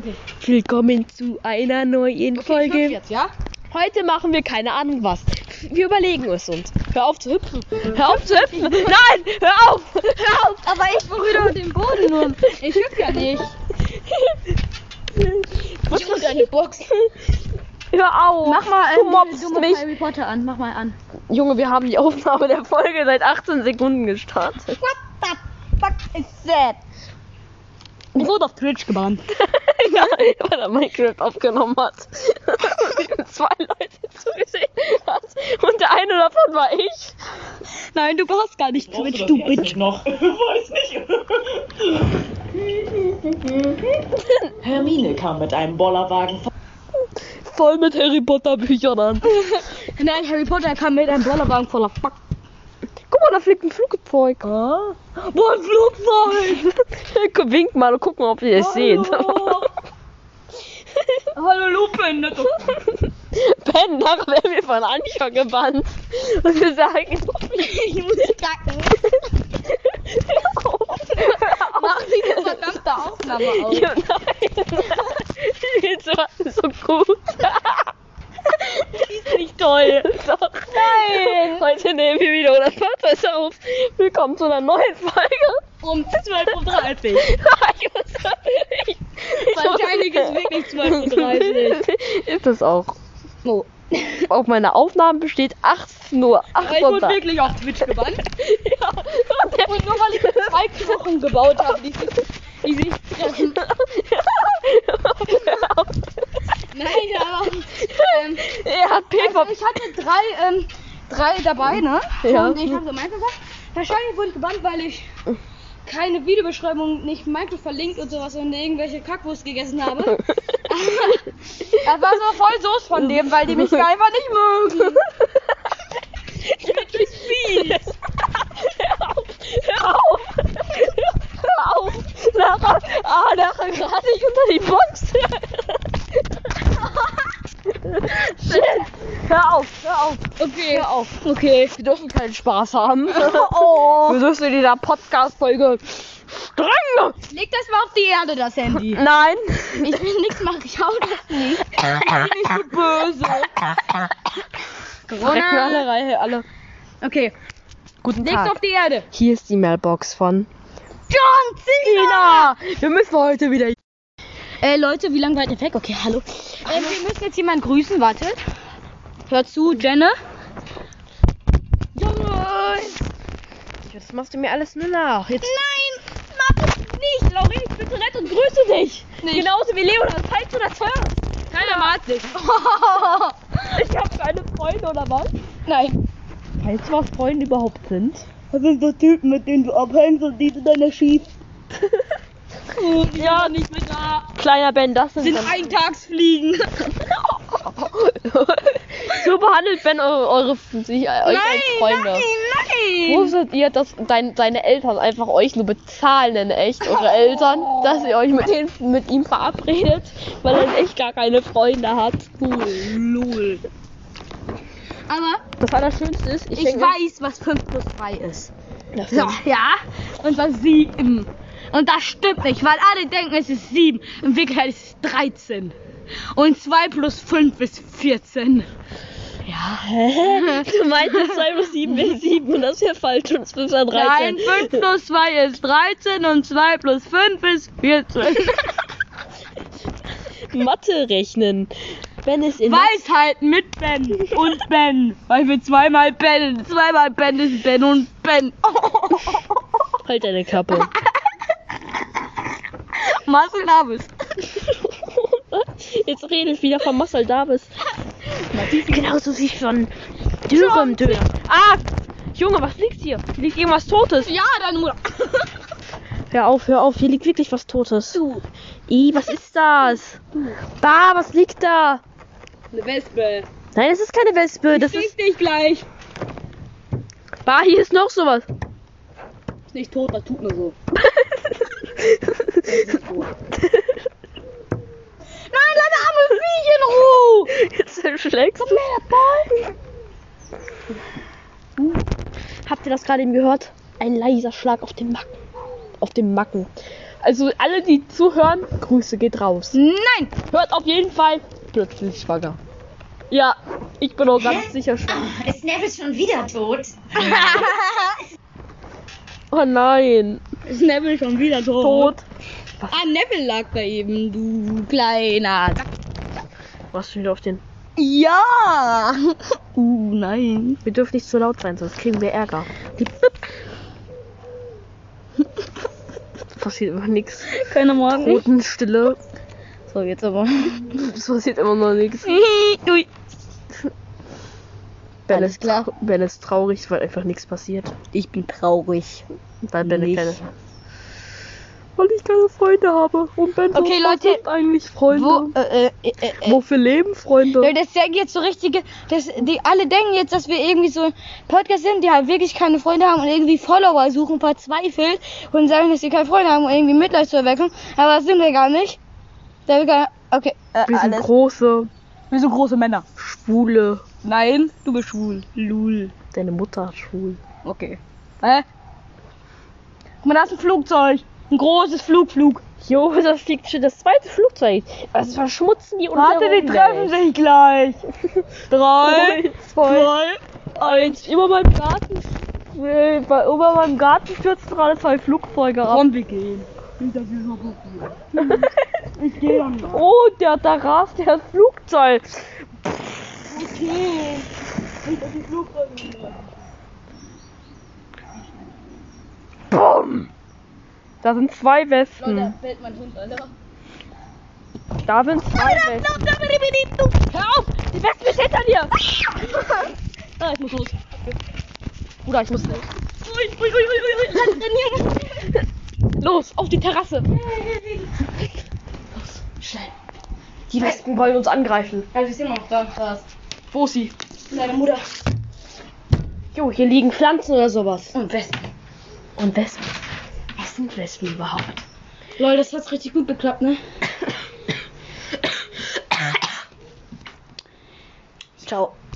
Okay. Willkommen zu einer neuen Okay, ich Folge. mach jetzt, ja? Heute machen wir keine Ahnung was. Wir überlegen es uns. Hör auf zu hüpfen. Hör auf zu hüpfen. Nein, hör auf. Hör auf. Aber ich berühre mit dem Boden um. Ich hüpf ja nicht. Was Ich hol deine Box. Hör auf. Mach mal, du ähm, mobst du machst mich. Harry Potter an. Mach mal an. Junge, wir haben die Aufnahme der Folge seit 18 Sekunden gestartet. What the fuck is that? Ich wurde auf Twitch gebannt. ja, weil er Minecraft aufgenommen hat. Und zwei Leute zugesehen hat. Und der eine davon war ich. Nein, du brauchst gar nicht Twitch, du Bitch. noch. Weiß nicht. Hermine kam mit einem Bollerwagen Voll mit Harry Potter Büchern an. Nein, Harry Potter kam mit einem Bollerwagen voller Fuck. Guck mal, da fliegt ein Flugzeug. Ah. Boah, ein Flugzeug! Wink mal und guck mal, ob ihr es seht. Hallo ne, Lupin. Ben, nachher werden wir von Anja gebannt. Und wir sagen, Ich muss kacken. hör auf, hör auf. Mach diese verdammte Aufnahme auf. Ja, nein. Die ist so, so gut. Die ist nicht toll. Doch. Nein. Heute nehmen wir wieder oder Podcast auf. Willkommen zu einer neuen Folge. Um 12.30 Uhr. Ich muss, ich, ich Wahrscheinlich ist wirklich 12.30 Ist das auch. Oh. Auf meiner Aufnahme besteht 18 Uhr. Aber ich 8 Uhr. wurde wirklich auf Twitch gebannt. Ja. Und der Und nur weil ich zwei Knochen gebaut habe, die sich, die sich treffen. Nein, aber ähm, er hat PvP. also ich hatte drei, ähm, drei dabei, ne? Ja. Und ich habe so Minecraft gemacht. Wahrscheinlich wurde ich gebannt, weil ich keine Videobeschreibung, nicht Minecraft verlinkt und sowas und irgendwelche Kackwurst gegessen habe. Das war so voll Soße von dem, weil die mich einfach nicht mögen. Hör auf! Hör auf! Hör auf! Nachher, ah, nachher gerade ich unter die Box. Shit! Hör auf! Hör auf! Okay. Hör auf. Okay. Wir dürfen keinen Spaß haben. Oh. Wir dürfen in dieser Podcast-Folge streng. Leg das mal auf die Erde, das Handy. Nein! Ich will nichts machen, ich hau das nicht. Böse! Corona. Alle, Reihe, alle. Okay, Guten leg's Tag. auf die Erde. Hier ist die Mailbox von John Ina. Wir müssen heute wieder Äh, Leute, wie lange wart ihr weg? Okay, hallo. Ähm, wir müssen jetzt jemanden grüßen, wartet. Hör zu, Jenne. Junge! Das machst du mir alles nur nach. Jetzt Nein! Mach es nicht! Laurin, ich bin so nett und grüße dich! Nicht. Genauso wie Leon, falls du das hörst! Keiner mag dich! ich hab keine Freunde oder was? Nein! Weißt du, was Freunde überhaupt sind? Das sind so Typen, mit denen du abhängst und die du dann erschießt. oh, die ja, nicht mehr da! Kleiner Ben, das sind. Sind Eintagsfliegen! so behandelt Ben eure, eure sich, äh, euch als Freunde. nein, Wusstet ihr, dass dein, deine Eltern einfach euch nur bezahlen in echt, eure Eltern, dass ihr euch mit, den, mit ihm verabredet, weil er in echt gar keine Freunde hat? Lol. Aber Das Allerschönste ist, ich, ich denke, weiß, was 5 plus 3 ist. Das So, ja. Und was 7. Und das stimmt nicht, weil alle denken, es ist 7. In Wirklichkeit ist es 13. Und 2 plus 5 ist 14. Du meintest 2 plus 7 ist 7 und das ist ja falsch und es ist ja 13. Nein, 5 plus 2 ist 13 und 2 plus 5 ist 14. Mathe rechnen. Wenn es in Weisheiten mit Ben und Ben. Weil wir zweimal Ben, zweimal Ben ist Ben und Ben. halt deine Kappe. Oh, Marcel Davis. Jetzt rede ich wieder von Marcel Davis. Genauso wie von Dürrem Döner. Ah! Junge, was liegt hier? Hier liegt irgendwas Totes. Ja, dann nur. Hör auf, hör auf, hier liegt wirklich was Totes. I, was ist das? Bah, was liegt da? Eine Wespe. Nein, das ist keine Wespe. Das Krieg ist. dich gleich. Bah, hier ist noch sowas. Ist nicht tot, das tut nur so. Nein, lass arme Viech in Ruhe! Jetzt schlägst du. Habt ihr das gerade eben gehört? Ein leiser Schlag auf den Macken. Auf dem Macken. Also alle, die zuhören, Grüße geht raus. Nein! Hört auf jeden Fall plötzlich schwanger. Ja, ich bin auch ganz sicher schwanger. Ist Neville schon wieder tot? Oh nein, Ist Neville schon wieder tot? tot. Ah, Neville lag da eben, du kleiner. Was schon wieder auf den. Ja! Uh, nein. Wir dürfen nicht zu laut sein, sonst kriegen wir Ärger. Die passiert immer nichts. Keine Morgen. Totenstille. So, jetzt aber. Es passiert immer noch nichts. Ui. Ben Alles ist, klar. trau- ben ist traurig, weil einfach nichts passiert. Ich bin traurig. Weil Ben eine Nicht. kleine. Weil ich keine Freunde habe. Und Ben Okay, was Leute. sind eigentlich Freunde. Wo, äh, äh, äh, äh. Wofür leben Freunde? Leute, das denken jetzt so richtige, das, die alle denken jetzt, dass wir irgendwie so ein Podcast sind, die halt wirklich keine Freunde haben und irgendwie Follower suchen, verzweifelt und sagen, dass sie keine Freunde haben und irgendwie Mitleid zu erwecken. Aber das sind wir gar nicht. Da wir gar, okay, äh, wir sind alles. große, wir sind große Männer. schwule. Nein, du bist schwul. Lul. Deine Mutter ist schwul. Okay. Hä? Guck mal, da ist ein Flugzeug. Ein großes Flugflug. Jo, da fliegt schon das zweite Flugzeug. Was verschmutzen die Warte, die treffen sich gleich. Drei, zwei, zwei, eins. Über meinem Garten. Äh, bei- über meinem Garten stürzen gerade zwei Flugzeuge ab. komm, wir gehen. Ich gehe doch nicht. Oh, der, da rast der Flugzeug. Okay. Da sind zwei Wespen. fällt mein Hund, Alter. Da sind zwei Wespen. Hör auf! Die Wespe ist hinter dir. Ah, ich muss los. Bruder, ich muss los. Los, auf die Terrasse. Los, schnell. Die Wespen wollen uns angreifen. Also, ich sehe mal noch da. Krass. Wo ist sie? Deine Mutter. Jo, hier liegen Pflanzen oder sowas. Und Wespen. Und Wespen. Was sind Wespen überhaupt? Leute, das hat's richtig gut geklappt, ne? Ciao.